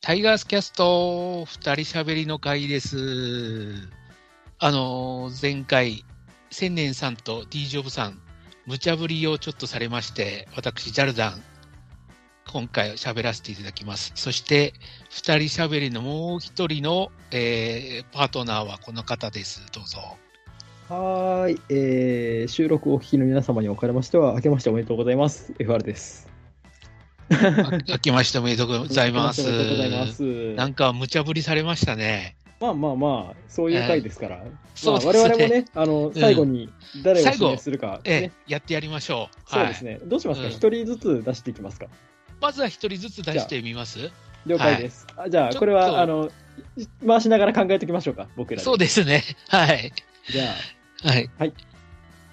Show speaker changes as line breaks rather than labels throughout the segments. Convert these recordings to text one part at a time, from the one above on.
タイガースキャスト、二人喋りの会です。あのー、前回、千年さんと D ジョブさん、無茶ぶりをちょっとされまして、私、ジャルダン、今回喋らせていただきます。そして、二人喋りのもう一人の、えーパートナーはこの方です。どうぞ。
はーい、えー収録をお聞きの皆様におかれましては、明けましておめでとうございます。FR です。
あ明けましておめでとうございます。
明けしておめでとうございます。
なんか無茶ぶりされましたね。
まあまあまあ、そういう回ですから。
そうです
ま
ね
あ、我々もね、あの、最後に誰を指名するか、
ええ、
ね
やってやりましょう。
そうですね。どうしますか
うん
一、人ずつ出していきますか
まずは一人ずつ出してみます
了解です。あじゃ
ちょっ
あ、
と
これは、あの、回しながら考えておきましょうか、僕ら
そう
で。
ですね。 はい。
じゃ
はい。
は
は
い。
い、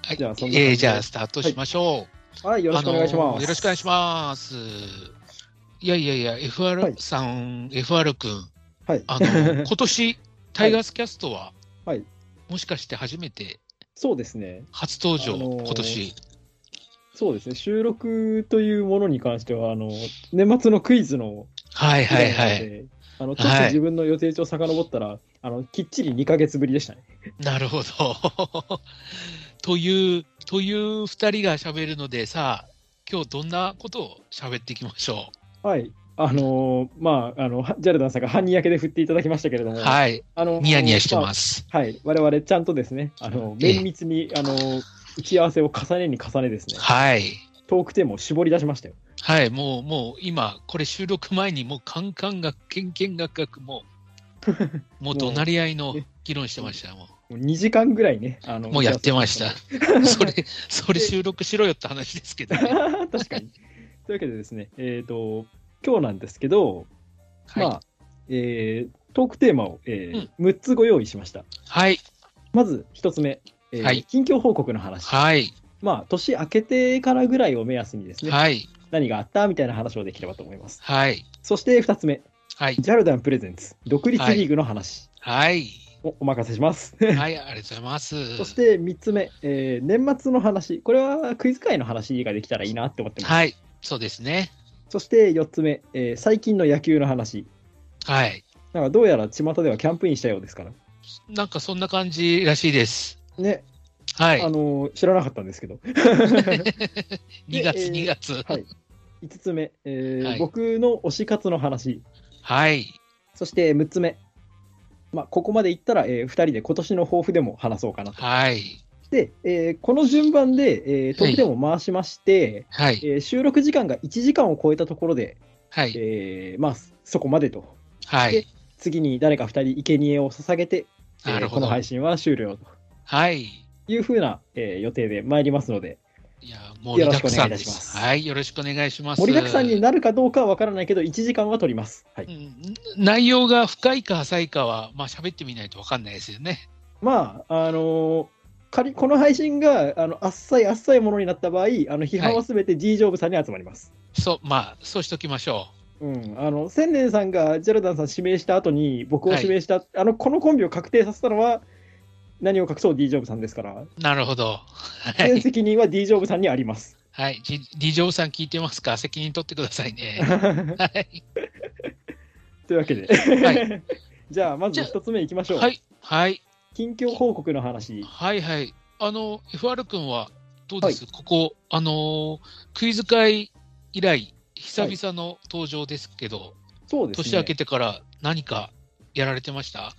じ
じゃ
ゃ
あ
あそんな感じで
えーじゃあスタートしましょ
あ、はい、
う。
よろしくお願いし
あの
ま
ー
す。
よろしくお願いします。いやいやいや、
は
FR
い
さん、FR 君、
す。はい。
あの ー、今年、タイガースキャストは、
はい
もしかして初めて、
そうですね。
初登場、
あのー
今年。
そうですね。収録というものに関しては、あの、年末のクイズの
はいはいはい。
い。あのちょっと自分の予定帳を遡ったら、あのきっちり2ヶ月ぶりでしたね。
なるほど。 という、という二人が喋るので、さあ、今日どんなことを喋っていきましょ
はい。あのーまあ、あの、はジャルダンさんが半にやけで振っていただきましたけれど
う。
も、い、
はい。
あの。
ニヤニヤしてますす。
まあはい。我々ちゃんとですね、あの、
ええ
綿密に、あの、打ち合わせを重ねに重ねですね、
はい。
トークテーマを絞り出しましたよ。
はい、もう、もう今、これ収録前に、もうカンカンが、ケンケンがく、もう、もう怒鳴り合いの議論してましたよ、も
もう2時間ぐらいね、あの、
う。もうやってました
打ち合わ。
それ、それ収録しろよって話ですけど
せを
ね。
しました。確かに。というわけでですね、えっ、と、今日なんですけど、
はい。
まあ、えートークテーマを、えー6つご用意しました。
はい。
まず一つ目、えー
はい
近況報告の話、
はい。
まあ、年明けてからぐらいを目安にですね、
はい。
何があったみたいな話をできればと思います。
はい。
そして二つ目、
はい。
ジャルダンプレゼンツ、独立リーグの話
はい。
をお任せします。
はい。ありがとうございます。
そして三つ目、えー年末の話、これはクイズ会の話ができたらいいなって思ってます。
はい。そうですね。
そして四つ目、えー最近の野球の話、
はい。
なんかどうやら巷ではキャンプインしたようですから、
なんかそんな感じらしいです。
ね、
は
あ
い。
のー知らなかったんですけど、
2月、
えー
2月。
はい五つ目、えー
はい
僕の推し活の話、
はい。
そして6つ目、まあ、ここまでいったら、え2人で今年の抱負でも話そうかなと。
はい。
で、えーこの順番で、えートークテーマを回しまして、
はい。
えー収録時間が1時間を超えたところで、
はい。
えーまあ、そこまでと。
はい。
次に誰か2人生贄を捧げて、えー
なる
こ
ほど。
の配信は終了と
はい。
いうふうな、えー予定で参りますので、
いや、盛りだくさんです。
よろしくお願いいたします
はい、よろしくお願いします。、
盛りだくさんになるかどうかは分からないけど、1時間は取ります。はいう
ん内容が深いか浅いかは、まあ喋ってみないとわかんないですよね。
まあ、あのー仮この配信があのあっさいあっさいものになった場合、あの批判はすべて G ジョブさんに集まります。
そう、まあ、そうしときましょ
うん、あの千年さんがジェルダンさん指名した後に僕を指名した、あのこのコンビを確定させたのは何を隠そう D ジョブさんですから
う。なるほど。は
全
い。
責任は D ジョブさんにあります。
はい。じ理事長さん聞いてますか責任取ってくださいね。 はい。
というわけで、
は
じゃあま
じ
ず
ゃあ
一つ目いきましょう、
はい。はい。
近況報告の話
はい。はい。あの、FR 君はどうです、ここ、あのークイズ会以来、久々の登場ですけど、
そうですね
年明けてから何かやられてました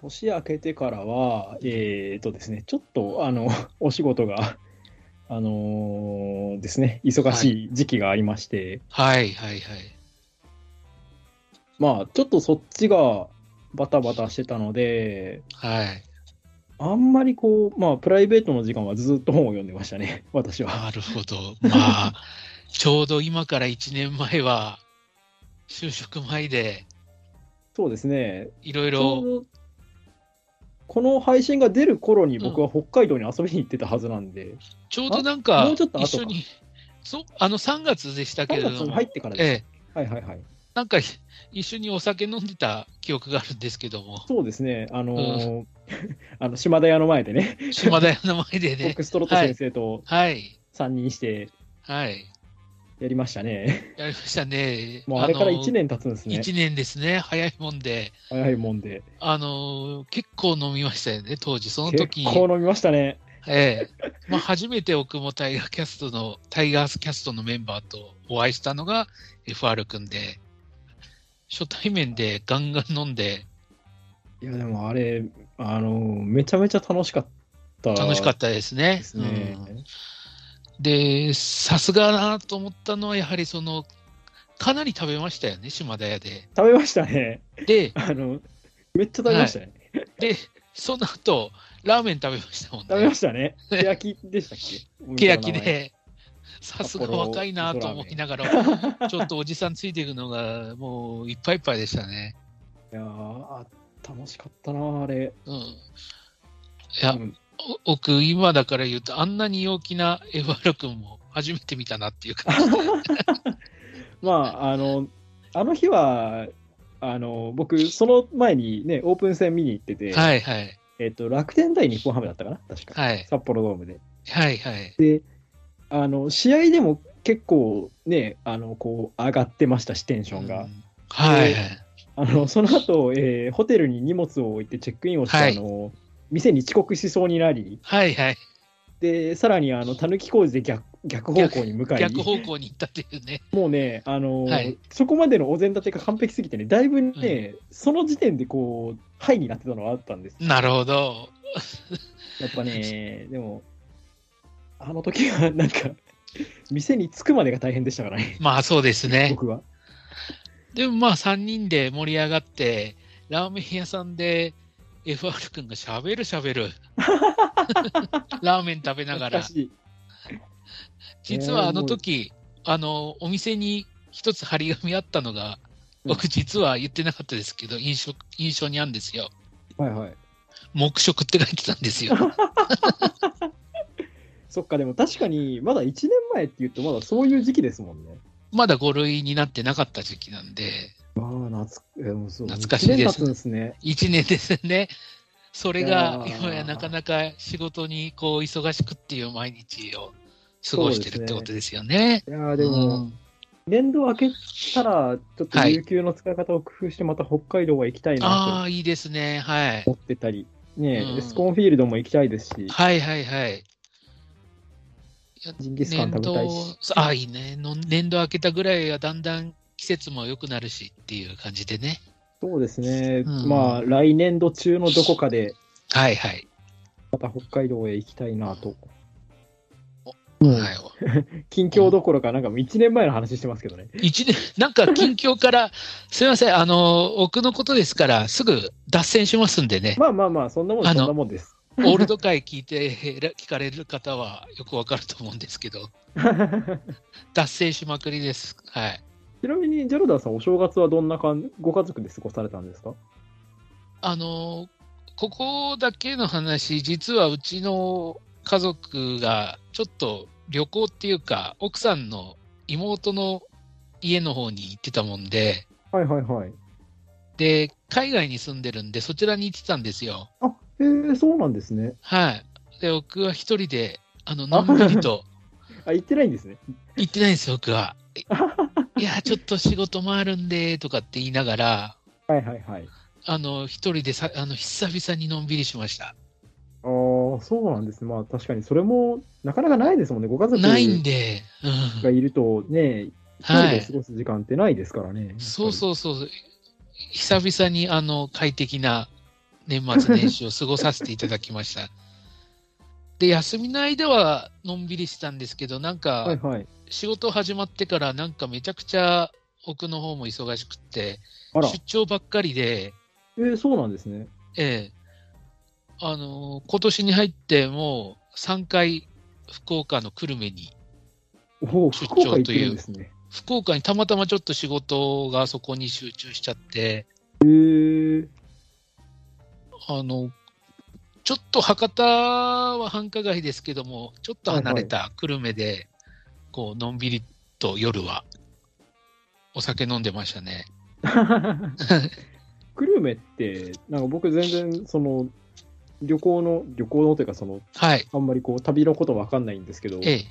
年明けてからは、えーとですね、ちょっとあのお仕事が、あのーですね、忙しい時期がありまして、
はい。はい。はい。
まあ、ちょっとそっちがバタバタしてたので、
はい。
あんまりこう、まあ、プライベートの時間はずっと本を読んでましたね、 私は。
なるほど。まあ、 ちょうど今から1年前は、就職前で、
そうですね、
いろい
ちょう
ろ、
どこの配信が出る頃に僕は北海道に遊びに行ってたはずなんで、
ちょうどなんか、
もうちょっと後か
一緒に、そう、あの、3月でしたけれ
3
ど
月に
も、
入ってからで
え
す。
え、
はいはいはい。
なんか、一緒にお酒飲んでた記憶があるんですけども、
そうですね、あのー あの島田屋の前でね。
島田屋の前でね、
僕、ストロト先生と
はい、
3人して、
はい、
やりましたね。
やりましたね。
もうあれから1
あ
年経つんです
の
ね。
一年ですね。早いもんで。
早いもんで。
あの、結構飲みましたよね、当時。その
結
時、
構飲みましたね。
ええまあ、初めて奥もタイガーキャストの、タイガースキャストのメンバーとお会いしたのが FR 君で、初対面でガンガン飲んで
いや、でもあれ、あの、めちゃめちゃ楽しかった。
楽しか
っ
ったです
た
ね。
ですね。
うんで、さすがだなと思ったのは、やはりその、かなり食べましたよね、島田屋で。
食べましたね。
で、
あの、めっちゃ食べましたね。
で、その後、ラーメン食べましたもん
食べま
ね。
したね。ケヤキでしたっ け
ケヤキ。
お店の名前
で。さすが若いなと思いながら、ちょっとおじさんついていくのが、もういっぱいいっぱいでしたね。
いやーあ楽しかったな、あれ。
うん。いや、
うん
お僕、今だから言うと、あんなに陽気な FR 君も初めて見たなっていう感じで。
まあ、あの、あの日は、あの僕、その前にね、オープン戦見に行 ってて、
はいはい。
えっと、楽天対日本ハムだったかな、確か、
はい。
札幌ドームで。
はいはい。
あの試合でも結構ね、あのこう上がってましたし、テンションが。
うんはいはい。
あのその 後、えーホテルに荷物を置いてチェックインをして、
はい
あの店に遅刻しそうになり、
はいはい。
でさらにあのたぬき工事で逆逆方向に向かい、
逆方向に行ったっていうね。
もうね、あのー
はい
そこまでのお膳立てが完璧すぎてね、だいぶね、その時点でこう、ハイになってたのはあったんです。
なるほど。
やっぱね、でも、あの時はなんか、店に着くまでが大変でしたからね、
まあそうですね。
僕は。
でもまあ3人で盛り上がって、ラーメン屋さんで FR 君がしゃべるしゃ べる。ラーメン食べながら
懐か。しい
実はあの時、あの、お店に一つ張り紙あったのが、
うん
僕実は言ってなかったですけど、印象、印象にあるんですよ。
はいはい。
黙食って書いてたんです よ。
そっか、でも確かに、まだ1年前って言うと、まだそういう時期ですもんね。
まだ5類になってなかった時期なんで、
ああ、懐えもうそう
懐かしいです
一年経つんですね。
1年ですね。それが
いやー
今やなかなか仕事にこう忙しくっていう毎日を過ごしてるってことですよね。
いやーでも、
うん
年度明けたら、ちょっと有給の使い方を工夫して、また北海道は行きたいなと
ああ、いいですね。はい。
思ってたり、ねえ
うん
スコーンフィールドも行きたいですし、
はいはいはい。
ジンギスカ
年
ン食べ
度
たいし、、
ああ、いいね。の年度明けたぐらいはだんだん季節も良くなるしっていう感じでね。
そうですね、
うん
まあ、来年度中のどこかで、
はいはい。
また北海道へ行きたいなと。うん
はい、
近況どころか、なんか1年前の話してますけどね。
一年、なんか近況から、すいません、あの、奥のことですから、すぐ脱線しますんでね。
まあまあまあ、そんなもん、そ
あ
ん
の
なもんです。
オールド回聞いて、聞かれる方はよくわかると思うんですけど、脱線しまくりです。はい。
ちなみに、ジェロダーさん、お正月はどんな感じ、ご家族で過ごされたんですか
あの、ここだけの話、実はうちの家族がちょっと旅行っていうか、奥さんの妹の家の方に行ってたもんで、
はいはいはい。
で、海外に住んでるんで、そちらに行ってたんですよ。
あへえ、そうなんですね。
はい。で、僕は一人で、あの、のんびりと、
あ、行ってないんですね。
行ってないんですよ、僕は。いや、ちょっと仕事もあるんで、とかって言いながら、
はいはいはい。
あの、一人でさ、あの、久々にのんびりしました。
ああ、そうなんです。まあ、確かに、それも、なかなかないですもんね。ご家族
ないんで、うん。
がいるとね、一人
はい
で過ごす時間ってないですからね。
そう
う。
そうそう。久々にあの快適な年末年始を過ごさせていただきま した。で、休みの間はのんびりしてたんですけど、なん
はい
か
はい。
仕事始まってからなんかめちゃくちゃ奥の方も忙しくって、
あら、
出張ばっかりで、
えー、そうなんですね。
ええあの今年に入ってもう3回福岡の久留米に、
おお、
出張
福岡行っ
と
て
いう
るんですね。
福岡にたまたまちょっと仕事がそこに集中しちゃって、
へえ。
あの、ちょっと博多は繁華街ですけども、ちょっと離れた久留米で、こう、のんびりと夜は、お酒飲んでましたね。
久留米って、なんか僕全然、その、旅行の、旅行のというか、その、
はい。
あんまりこう、旅のことわかんないんですけど、
ええ。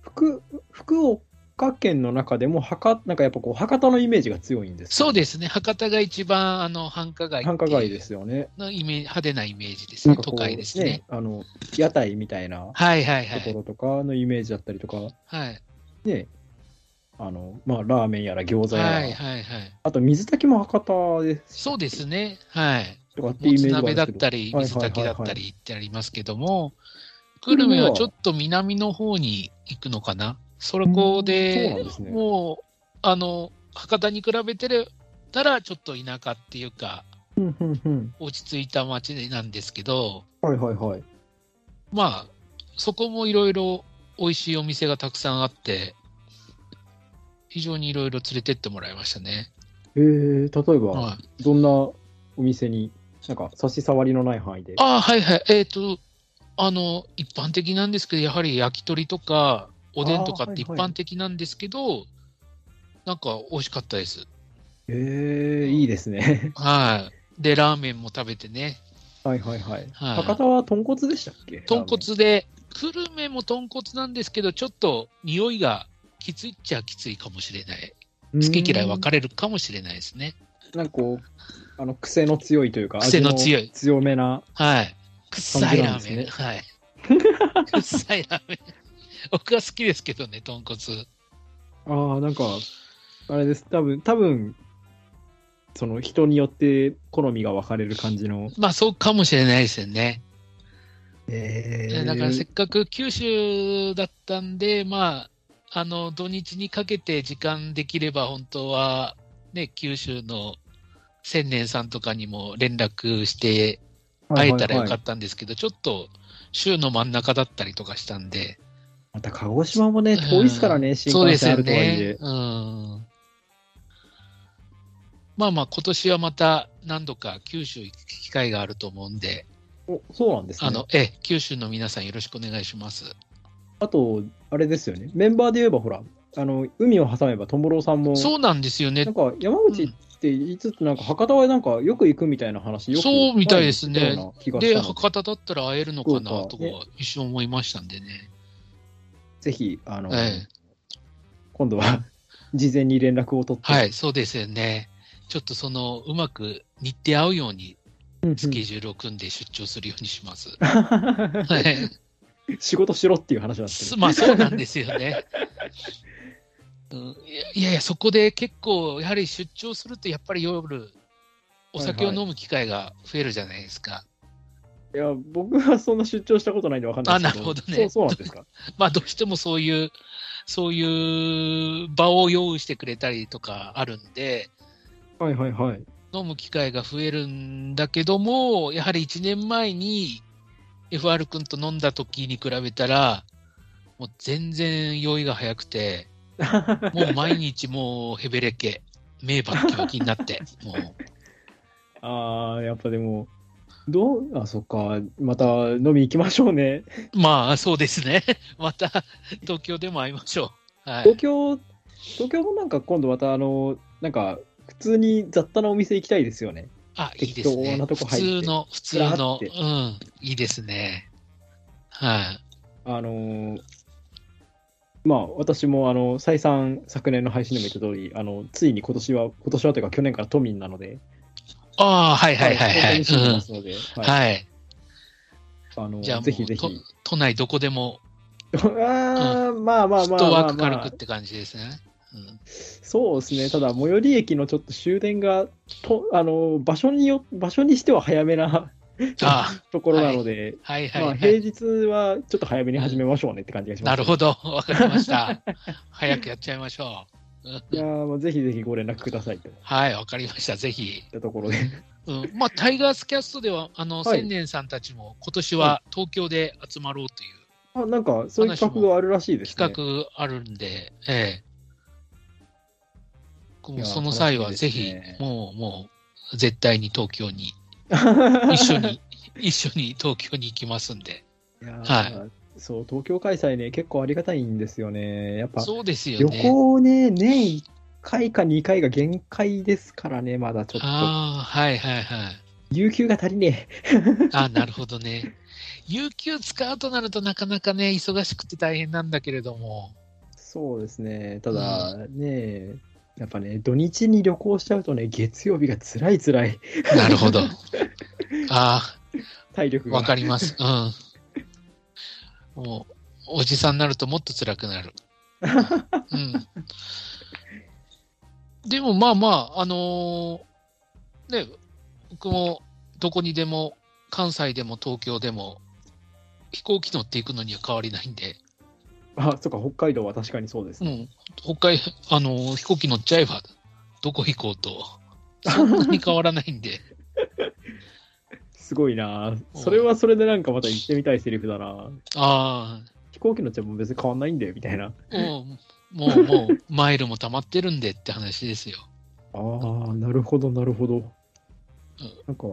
福、福岡賀県の中でも、博、なんかやっぱこう、博多のイメージが強いんですけど
そうですね、博多が一番あの繁華街
繁華街ですよね。
のイメージ派手なイメージです
な
ね
ん、かこ
都
う
会ですね。
あの、屋台みたいな
はいはいは
とこ
い。
ろとかのイメージだったりとか、
はい
ね、あの、まあ、ラーメンやら餃子やら、
はいはいはい。
あと水炊きも博多です
そうですね、はい。
とかっていう
も
イ
つ
メージがある
鍋
ん
だっ
ですけど
たり、
はい
水炊きだった
はいはいはい
りってありますけども、久留米はちょっと南の方に行くのかな。そこ
うんそうな
で
んですね
もう、あの、博多に比べてたら、ちょっと田舎っていうか、
うんうんうん
落ち着いた街なんですけど、
はいはいはい。
まあ、そこもいろいろ美味しいお店がたくさんあって、非常にいろいろ連れてってもらいましたね。
えー、例えば、
はい、
どんなお店に、なんか差し障りのない範囲で。
ああ、はいはい。えっ、と、あの、一般的なんですけど、やはり焼き鳥とか、おでんとかって
あ
一
ーはいはい
般的なんですけど、なんか美味しかったです。
えー、いいですね。
はい。で、ラーメンも食べてね。
はいはいはい。
はい
博多は豚骨でしたっけ
豚骨で、久留米も豚骨なんですけど、ちょっと匂いがきついっちゃきついかもしれない。好き嫌い分か
る。
れるかもしれないですね。
なんかこう、あの、癖の強いというか、
癖の強い
味強めな。
はい。臭いラーメン。
感じなんです
はい。臭 いラーメン。僕は好きですけどね、豚骨。
ああ、なんか、あれです。多分、多分、その人によって好みが分かれる感じの。
まあそうかもしれないですよね。
え
だからせっかく九州だったんで、まあ、あの、土日にかけて時間できれば本当は、ね、九州の千年さんとかにも連絡して会えたらよかったんですけど、ちょっと週の真ん中だったりとかしたんで。
また鹿児島もね、遠いですからね、新幹線あるとはいえ。
そうですよね。うん。まあまあ、今年はまた何度か九州行く機会があると思うんで、
おそうなんですね。
あ
あ
の、ええ、九州の皆さんよろしくお願いします。
と、あれですよね、メンバーで言えばほら、あの海を挟めば、トンボロウさんも、
そうなんですよね
なん。か山口って言いつつ、なんか博多はなんかよく行くみたいな話、よく
そうみたいですね
前に聞いたような気がし
で、
たので
博多だったら会えるのかな
そうか
とかは一瞬思いましたんでね。
ぜひ、あの、
ええ
今度は事前に連絡を取って、
はい、そうですよね。ちょっとその、うまく日程合うように
うんうん
スケジュールを組んで出張するようにします。 は
はい
い。
仕事しろっていう話だっ
す
た
まあそうなんですよね。 うんいやいやいや、そこで結構、やはり出張すると、やっぱり夜、お酒を飲む機会が増えるじゃないですか。
いや、僕はそんな出張したことないんでわかんないですけど、
あなるほどね
そうそうなんですか。
まあどうしてもそういう、そういう場を用意してくれたりとかあるんで、
はいはいはい。
飲む機会が増えるんだけども、やはり1年前に FR 君と飲んだ時に比べたら、もう全然酔いが早くて、もう毎日もうヘベレケ、目ばっきばきになって、もう。
ああ、やっぱでも、どう、あ、そっか、また飲み行きましょうね。
まあそうですね。 また東京でも会いましょう。は
東
い。
京、東京もなんか今度またあの、なんか、普通に雑多なお店行きたいですよね。
あ、いいです
適
ね。
当なとこ
普
入って
通の、普通
ふら
の
っ、て
うん、いいですね。はい。
あのーまあ、私もあの、再三昨年の配信でも言った通り、あの、ついに今年は、今年はというか去年から都民なので、
ああ、はいはいはいは
本当
い。
に住んでま
う
すので、
ん、
はい。
はい。
あの、
じゃあも
ぜひぜ
う、
ひ
と。都内どこでも、
ああ、まあ
フ
まあ
ッ
まあ
ト
ま
ワー
あ
ク
ま
軽く
あ
っ、て感じですね。うん
そうですね、ただ、最寄り駅のちょっと終電がとあの場所によ、場所にしては早めな
あ
ところなので、
あ、はいはい
まあ、
は
平
い。
日はちょっと早めに始めましょうねって感じがします。
なるほど。わかりました。早くやっちゃいましょううん。
いやーまあぜひぜひご連絡くださいといっ
はい、わかりました。ぜひ。
たとこ ろで、
うん、まあ、タイガースキャストでは、あの、
はい
千年さんたちも今年は東京で集まろうという
あなんかそういう企画があるらしいですね。
企画あるんで、ええ。僕
い
も
や
その際は
楽し
ぜ
みです
ひ、
ね
もう、もう、絶対に東京に、一緒に、 一緒に東京に行きますんで。
いやー
は
そう、東京開催ね、結構ありがたいんですよね。やっぱ、
そうですよ
旅
ね。
行ね、年1回か2回が限界ですからね、まだちょっと。
ああ、はいはいはい。
有給が足りね
ああ、なるほどね。有給使うとなるとなかなかね、忙しくて大変なんだけれども。
え。そうですね。ただね、やっぱね、土日に旅行しちゃうとね、月曜日が辛い辛 い、
なるほど。あ
体力
あ、
が。
わかります。うん。もう、おじさんになるともっと辛くな る。うん。でもまあまあ、あのーね、僕もどこにでも、関西でも東京でも、飛行機乗っていくのには変わりないんで、
あ、そっか、北海道は確かにそうです
う
ね。
ん、北海、あのー飛行機乗っちゃえば、どこ行こうと、そんなに変わらないん で。
すごいなそれはそれでなんかまた言ってみたいセリフだな
ああ、
飛行機乗っちゃもう別に変わんないんだよ、みたいな。
もう、もう、もう、マイルも溜まってるんでって話ですよ。
ああ、なるほど、なるほど。なんか、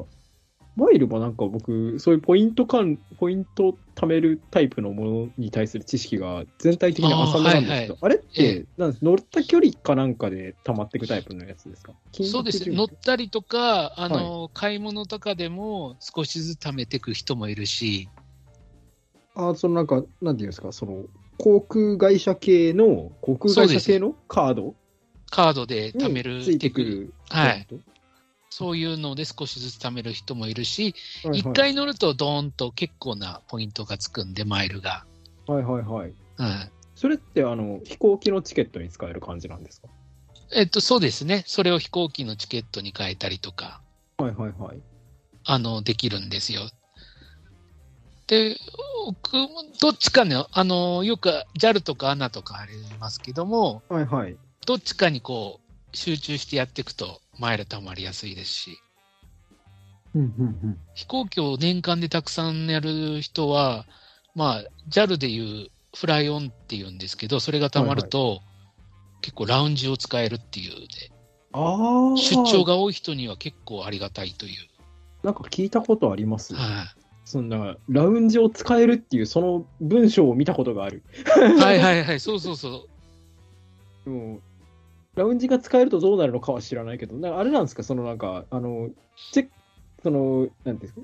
マイルもなんか僕、そういうポイント感、ポイント貯めるタイプのものに対する知識が全体的に浅めなんですけど、あ,、れって、
え
なんです乗った距離かなんかで溜まっていくタイプのやつですか
そうです。
金
乗っ
額基準
たりとか、あの、買い物とかでも少しずつ貯めていく人もいるし、
あーそのなんか、なんていうんですか、その、航空会社系の、航空会社系のカード
カードで
に
貯める、
ついてくる。
はい。そういうので少しずつ貯める人もいるし、
はいはい
一、回乗るとドーンと結構なポイントがつくんで、マイルが。
はいはいはい。
うん。
それって、あの、飛行機のチケットに使える感じなんですか
えっと、そうですね。それを飛行機のチケットに変えたりとか。
はいはいはい。
あの、できるんですよ。で、僕もどっちかね、あの、よく JAL とか ANA とかありますけども、
はいはい。
どっちかにこう、集中してやっていくと、マイル貯まりやすいですし、
うんうんうん。
飛行機を年間でたくさんやる人は、まあ、JAL でいうフライオンっていうんですけど、それが貯まると、結構ラウンジを使えるっていうで、
ああ。
出張。が多い人には結構ありがたいとい
なんか聞いたことあります
う。。はい
そんな、ラウンジを使えるっていう、その文章を見たことがある。
はいはいはい、そうそうそう。
でもラウンジが使えるとどうなるのかは知らないけど、なんかあれなんですか、そのなんか、あの、チェック、その、なんていうんですか、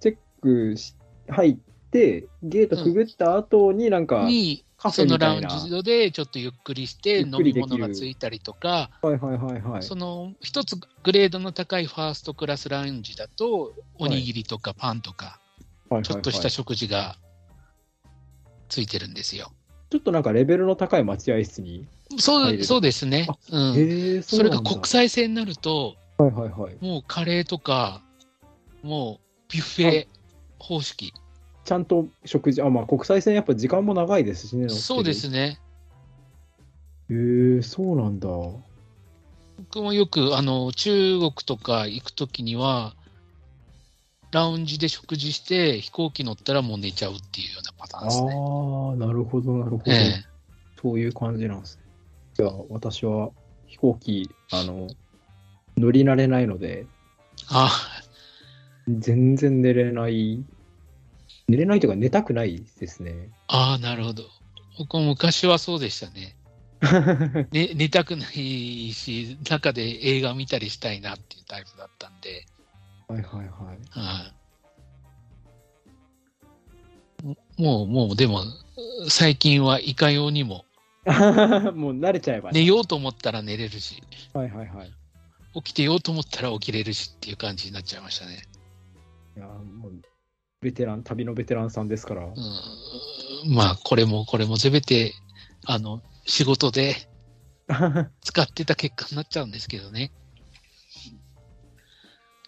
チェックし、入って、ゲートくぐった後になん か、
に
カ、フ
そ
ェ
の
みた
ラウ
い
ン
な
ジでちょっとゆっくりして、
ゆっ
飲
く
み
りできる
物がついたりとか、
はいはいはいはい。
その一つグレードの高いファーストクラスラウンジだと、おにぎりとかパンとか、
はいはいはい
ちょっとした食事がついてるんですよ。
ちょっとなんかレベルの高い待合室に。
そ
入れ
う
る
そうですね
あ。
うん、
へえ、
そうれ
なん
が
だ
国。際線になると、
はいはいはい。
もうカレーとか、もうビュッフェ方式。
ちゃんと食事、あ、まあ国際線やっぱ時間も長いですしね。乗ってる
そうですね。
へえそうなんだ。
僕もよくあの中国とか行くときには、ラウンジで食事して、飛行機乗ったらもう寝ちゃうっていうようなパターン
ああ
ですね。
ー、なるほど、なるほど、
ええ
そういう感じなんですね。じゃあ、私は飛行機、あの、乗り慣れないので、
あ
全然寝れない、寝れないというか寝たくないですね。
あー、なるほど。僕も昔はそうでしたね。ね寝たくないし、中で映画見たりしたいなっていうタイプだったんで。
はいはいはい。
はいもう、もう、でも、最近はいかようにも、
もう慣れちゃえば
寝ようと思ったら寝れるし、
はいはいはい。
起きてようと思ったら起きれるしっていう感じになっちゃいましたね。
いや、もう、ベテラン、旅のベテランさんですから。
うんまあ、これもこれも全て、あの、仕事で使ってた結果になっちゃうんですけどね。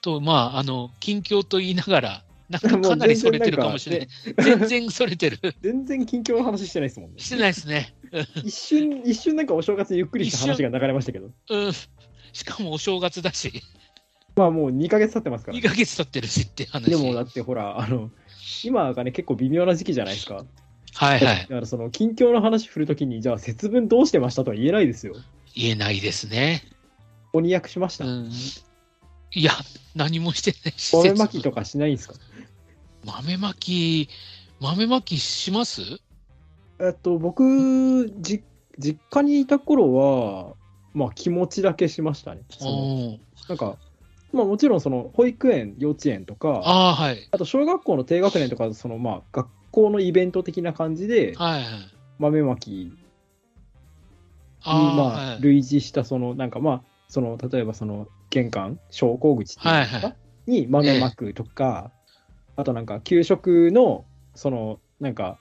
と、まあ、あの、近況と言いながら、なんかかなりそれてるかもしれない。全然それてる。
全然近況の話してないですもんね。
してないですね。
一瞬、一瞬なんかお正月にゆっくりした話が流れましたけど。
うん。しかもお正月だし、
まあもう2ヶ月経ってますから
2。ヶ月経ってるしっていう話。
でもだってほら、あの、今がね、結構微妙な時期じゃないですか。
はいはい。
だからその、近況の話振るときに、じゃあ節分どうしてましたとは言えないですよ。
言えないですね。
鬼役しました
う。ん。いや、何もしてないし。
豆まきとかしないんですか
豆まき、豆まきします
えっと、僕、じ、実家にいた頃は、まあ気持ちだけしましたね。その
おー
なんか、まあもちろんその、保育園、幼稚園とか、
ああ、はい。
あと小学校の低学年とか、そのまあ学校のイベント的な感じで、
はいはい。
豆まきまあ、
ー
類似した、その、なんかまあ、その、例えばその、玄関、昇降口っていうんですか
はいは
に豆まくとか、あとなんか、給食の、その、なんか、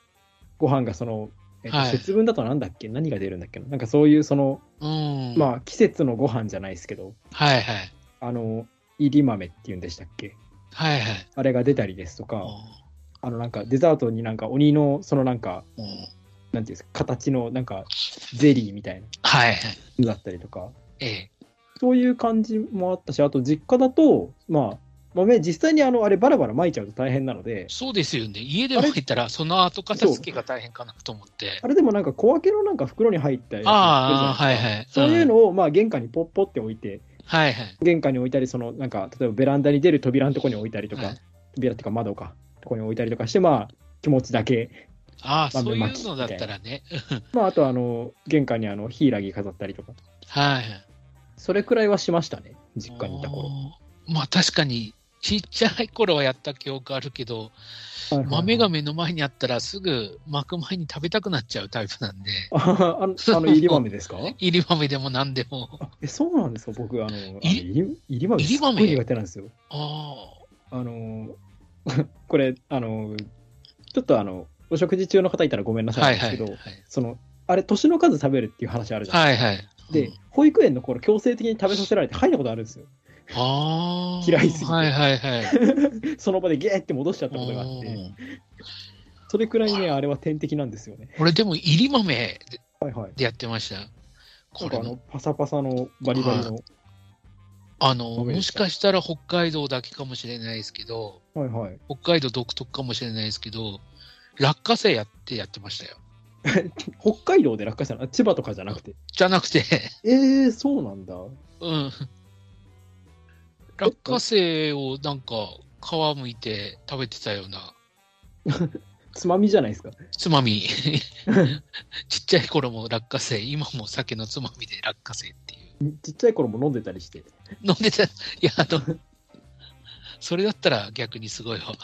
ご飯がその、えっと
はい
節分だとなんだっけ何が出るんだっけななんかそういう、その、
はいうん。
まあ、季節のご飯じゃないですけど、
はいはい。
あの、いり豆っていうんでしたっけ
はいはい。
あれが出たりですとか、
う
あの、なんか、デザートになんか、鬼の、そのなんか、
んうん
なんていうんですか、形の、なんか、ゼリーみたいな
はいはい。
のだったりとか、
ええ。
そういう感じもあったし、あと実家だと、まあ、豆、実際にあの、あれバラバラ撒いちゃうと大変なので、
そうですよね。家でも入ったら、その後片付けが大変かなと思って
あ。れでもなんか小分けのなんか袋に入ったやつ
ああ、
ある
はいはい。
じゃないそういうんのを、まあ、玄関にポッポって置いて、
はいはい。
玄関に置いたり、その、なんか、例えばベランダに出る扉のとこに置いたりとか、
はい
扉っていうか窓か、とこに置いたりとかして、まあ、気持ちだけ。
ああ、
豆
そうい
まき
うのだったらね。
まあ、あと、あの、玄関にあの、ヒイラギ飾ったりとか、
はいはい。
それくらいはしましたね、実家にいた頃。
おーまあ確かに、ちっちゃい頃はやった記憶あるけど、
はいはいはい
豆が目の前にあったらすぐ巻く前に食べたくなっちゃうタイプなんで、
ああの、あの、入り 豆ですか
いり豆でも何でも。
あえ、そうなんですか僕、あの、あの
い
入り入り豆
入り
すっ
豆
ごい苦手なんですよ。
あ
あの、 これ、あの、ちょっとあの、お食事中の方いたらごめんな
あ、
さ
はいい
なん
は
で
い。
すけ
は
ど、
い
その、あれ、年の数食べるっていう話あるじゃない
はいはい。
で
うん
すか。で、保育園の頃、強制的に食べさせられて吐いたことあるんですよ。
ああ。
嫌いすぎて
はいはいはい。
その場でゲーって戻しちゃったことがあっ
う
て、
ん
それくらいね、あれは天敵なんですよね。
俺でも、いり豆で
はいはい。
やってました。
な
こ
んか
れ
あ
も
の、パサパサのバリバリの。
あの、
豆で
も
し
したかしたら北海道だけかもしれないですけど、
はいはい。
北海道独特かもしれないですけど、落花生やってやってましたよ。
北海道で落下したのあ千葉とかじゃなくて。
じゃなくて、
えー、そうなんだ。
うん。落花生をなんか皮むいて食べてたような
つまみじゃないですか。
つまみ。ちっちゃい頃も落花生、今も酒のつまみで落花生っていう。
ちっちゃい頃も飲んでたりして。
飲んでた、いや、あの、それだったら逆にすごいわ。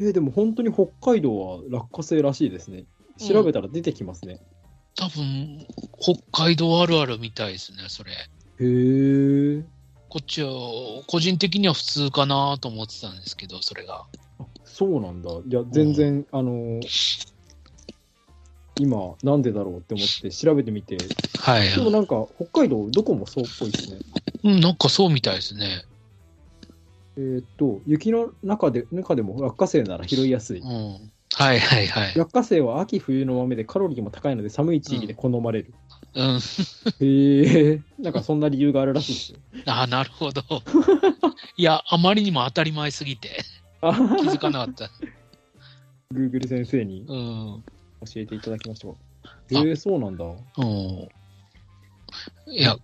えーでも本当に北海道は落花生らしいですね。調べたら出てきますね。
多分、北海道あるあるみたいですね、それ。
へえ。
こっちは、個人的には普通かなと思ってたんですけど、それが。
そうなんだ。いや、全然、あのー今、なんでだろうって思って調べてみて、で
はい。
もなんか、北海道、どこもそうっぽいですね。
うん、なんかそうみたいですね。
えーっと、雪の中で中でも落花生なら拾いやすい。
うん。はいはいはい。
落花生は秋冬の豆でカロリーも高いので寒い地域で好ま れる。
うん。
へえ、なんかそんな理由があるらしいですよ。
ああ、なる ほど。いや、あまりにも当たり前すぎて、
あは
気
は
づかなかった。
Google 先生に
うん。
教えていただきましょう。へえ、そうなんだ。
うん。いや、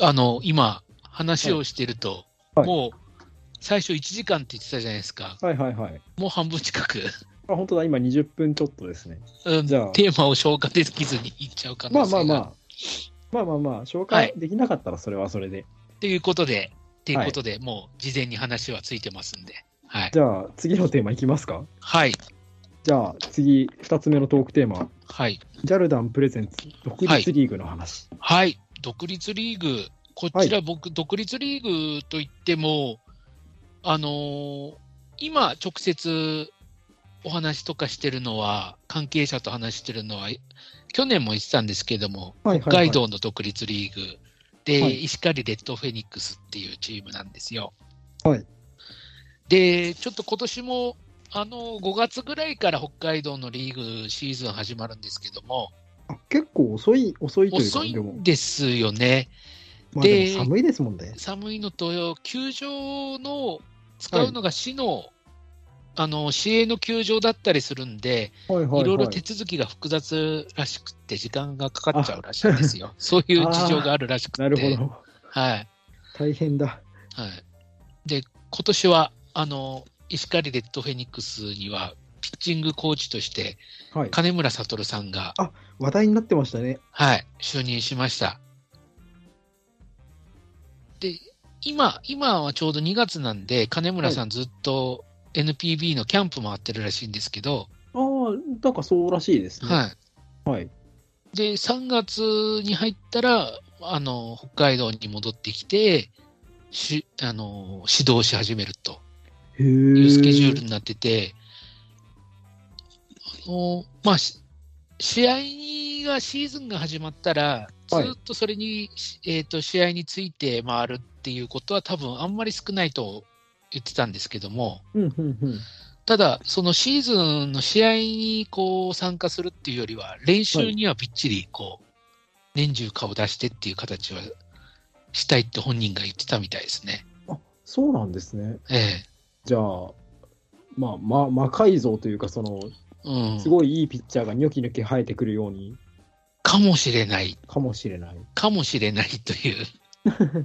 あの、今、話をしてると、
はいはい
もう、最初1時間って言ってたじゃないですか。
はいはいはい。
もう半分近く。
あ、本当だ、今20分ちょっとですね。
うん、
じゃあ、
テーマを消化できずにいっちゃう可
ま
能
あ
性
ま
が
あまあ、まあまあまあ、紹介できなかったらそれはそれで。
ということで、ということで、もう事前に話はついてますんで。はい。
じゃあ、次のテーマいきますか。
はい。
じゃあ、次、2つ目のトークテーマ、
はい。
ジャルダンプレゼンツ独立リーグの話。
はい。独立リーグ。こちら僕、独立リーグといっても、あのー今直接お話とかしてるのは、関係者と話してるのは、去年も言ってたんですけども、
はい
北
はいはい
海道の独立リーグで、
はい
石狩レッドフェニックスっていうチームなんですよ。
はい
で、ちょっと今年も、あの、5月ぐらいから北海道のリーグシーズン始まるんですけども、
あ結構遅い、遅いというか、
遅い
でも
ん、ですよね。
まあで
で
も寒いですもんね。
寒いのと、球場の、使うのが市の、あの、市営の球場だったりするんで、
はいはいい
ろい
は
ろ
い。
手続きが複雑らしくって、時間がかかっちゃうらしいんです よ。そういう事情があるらしくて。
なるほど。
はい。
大変だ。
はい。で、今年は、あの、石狩レッドフェニックスには、ピッチングコーチとして、
はい。
金村悟さんが、
話題になってましたね。
はい、就任しました。で、今、今はちょうど2月なんで、金村さんずっと NPB のキャンプ回ってるらしいんですけど、
ああ、なんかそうらしいですね。
はい。
はい。
で、3月に入ったら、あの、北海道に戻ってきて、し、あの、指導し始めると
へ
い
いう
スケジュールになってて、あの、まあ、し試合が、シーズンが始まったら、ず
はい
っとそれに、えっ、と、試合について回るっていうことは多分あんまり少ないと言ってたんですけども、
うんうんうん。
ただ、そのシーズンの試合にこう参加するっていうよりは、練習にはびっちりこう、年中顔出してっていう形はしたいって本人が言ってたみたいですね。
そうなんですね。
え
じゃあ、まあ、まあ、魔改造というか、その、
え。うん。
すごいいいピッチャーがニョキニョキ生えてくるように
かもしれない、
かもしれない。
かもしれないという。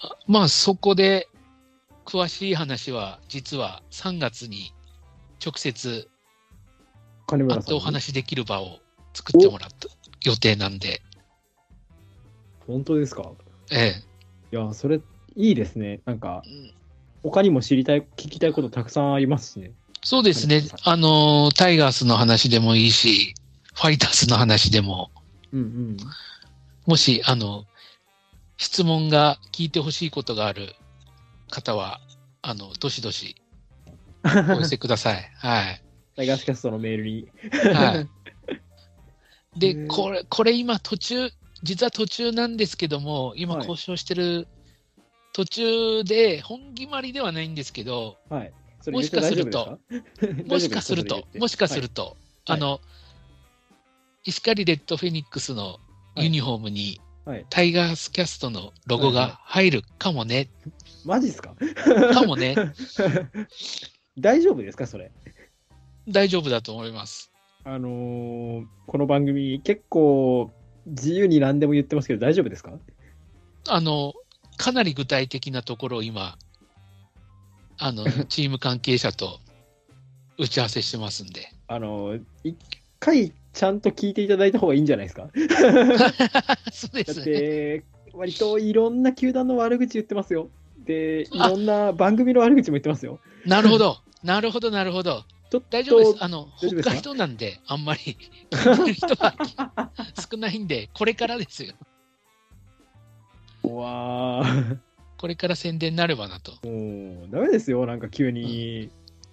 あまあ、そこで、詳しい話は、実は3月に直接、
金
会
村
っ
さん
て
に。
お話しできる場を作ってもらった予定なんで、
本当ですか
え
いや、それ、いいですね。なんか
え、うん。
他にも知りたい、聞きたいことたくさんありますしね。
そうですね。あの、タイガースの話でもいいし、ファイターズの話でも、
うんうん。
もし、あの、質問が聞いてほしいことがある方は、あの、どしどしお 寄せください。はい。
タイガースキャストのメールに。
はい。
へ
で、
ー
これ、これ今途中、実は途中なんですけども、今
はい
交渉してる途中で、本決まりではないんですけど、
はい。そ
もしかすると
言って大丈夫です か、
もしかすると、もしかする
と。
と、あの、石狩レッドフェニックスのユニフォームに、
はい
タイガースキャストのロゴが入るかもね、
マジですか
かも ね、
大丈夫ですかそれ。
大丈夫だと思います。
あのーこの番組、結構、自由に何でも言ってますけど、大丈夫ですか
あの、かなり具体的なところを今、あ の、チーム関係者と打ち合わせしてますんで。
あのー一回、ちゃんと聞いていただいた方がいいんじゃないですか
そうで
だっ
すね。
て、割といろんな球団の悪口言ってますよ。 で、いろんな番組の悪口も言ってますよ。
なるほど。なるほど、なるほど。
ちょっと
大丈夫です。あの、
大丈夫
北
ですか
海道なんで、あんまり 聞いてる人は少ないんで、これからですよ。
うわー
これから宣伝になればなと。
もう、ダメですよ。なんか急に、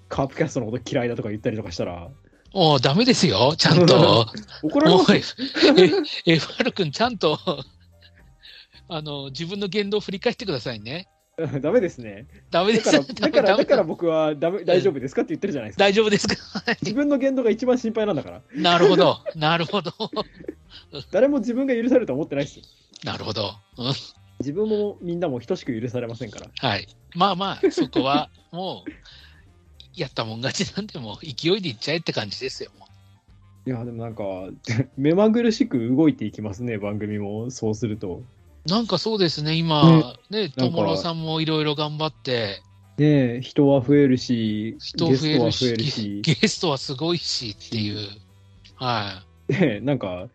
カープキャストのこと嫌いだとか言ったりとかしたら。
おうダメですよ、ちゃん と。
怒られま
お
すよ
い、え FR 君、ちゃんと、あの、自分の言動を振り返ってくださいね。
うん ダメですね。
ダメです
だから、だか ら、
ダメ
だから
ダメ
僕はダメ大丈夫ですかって言ってるじゃないですか。
大丈夫ですか
自分の言動が一番心配なんだから。
なるほど、なるほど、
誰も自分が許されるとは思ってないですよ。
なるほど。うん
自分もみんなも等しく許されませんから。
はい。まあまあ、そこは、もう、やったもん勝ちなんで、もう勢いでいっちゃえって感じですよ。も
いや、でもなんか、 目まぐるしく動いていきますね、番組も。そうすると。
うなんかそうですね、今、ね、
な
と
んか
もろさんもいろいろ頑張って、
ねえ、人は増えるし、
人
ゲ
増
ス
え
トは
る
増える
し
し、
ゲストはすごいしっていう。はい。
ねえ、なんか、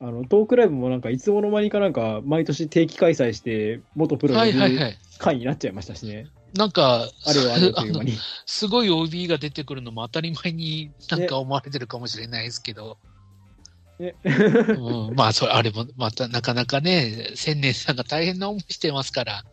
あの、トークライブもなんか、いつもの間にかなんか、毎年定期開催して、元プロ
はいはい
の
はい。
会になっちゃいましたしね。
なんか、
あれはあれという間
の
に。
すごい OB が出てくるのも当たり前になんか思われてるかもしれないですけど、
ね
うん、まあそれ、あれもまたなかなかね、千年さんが大変な思いしてますから、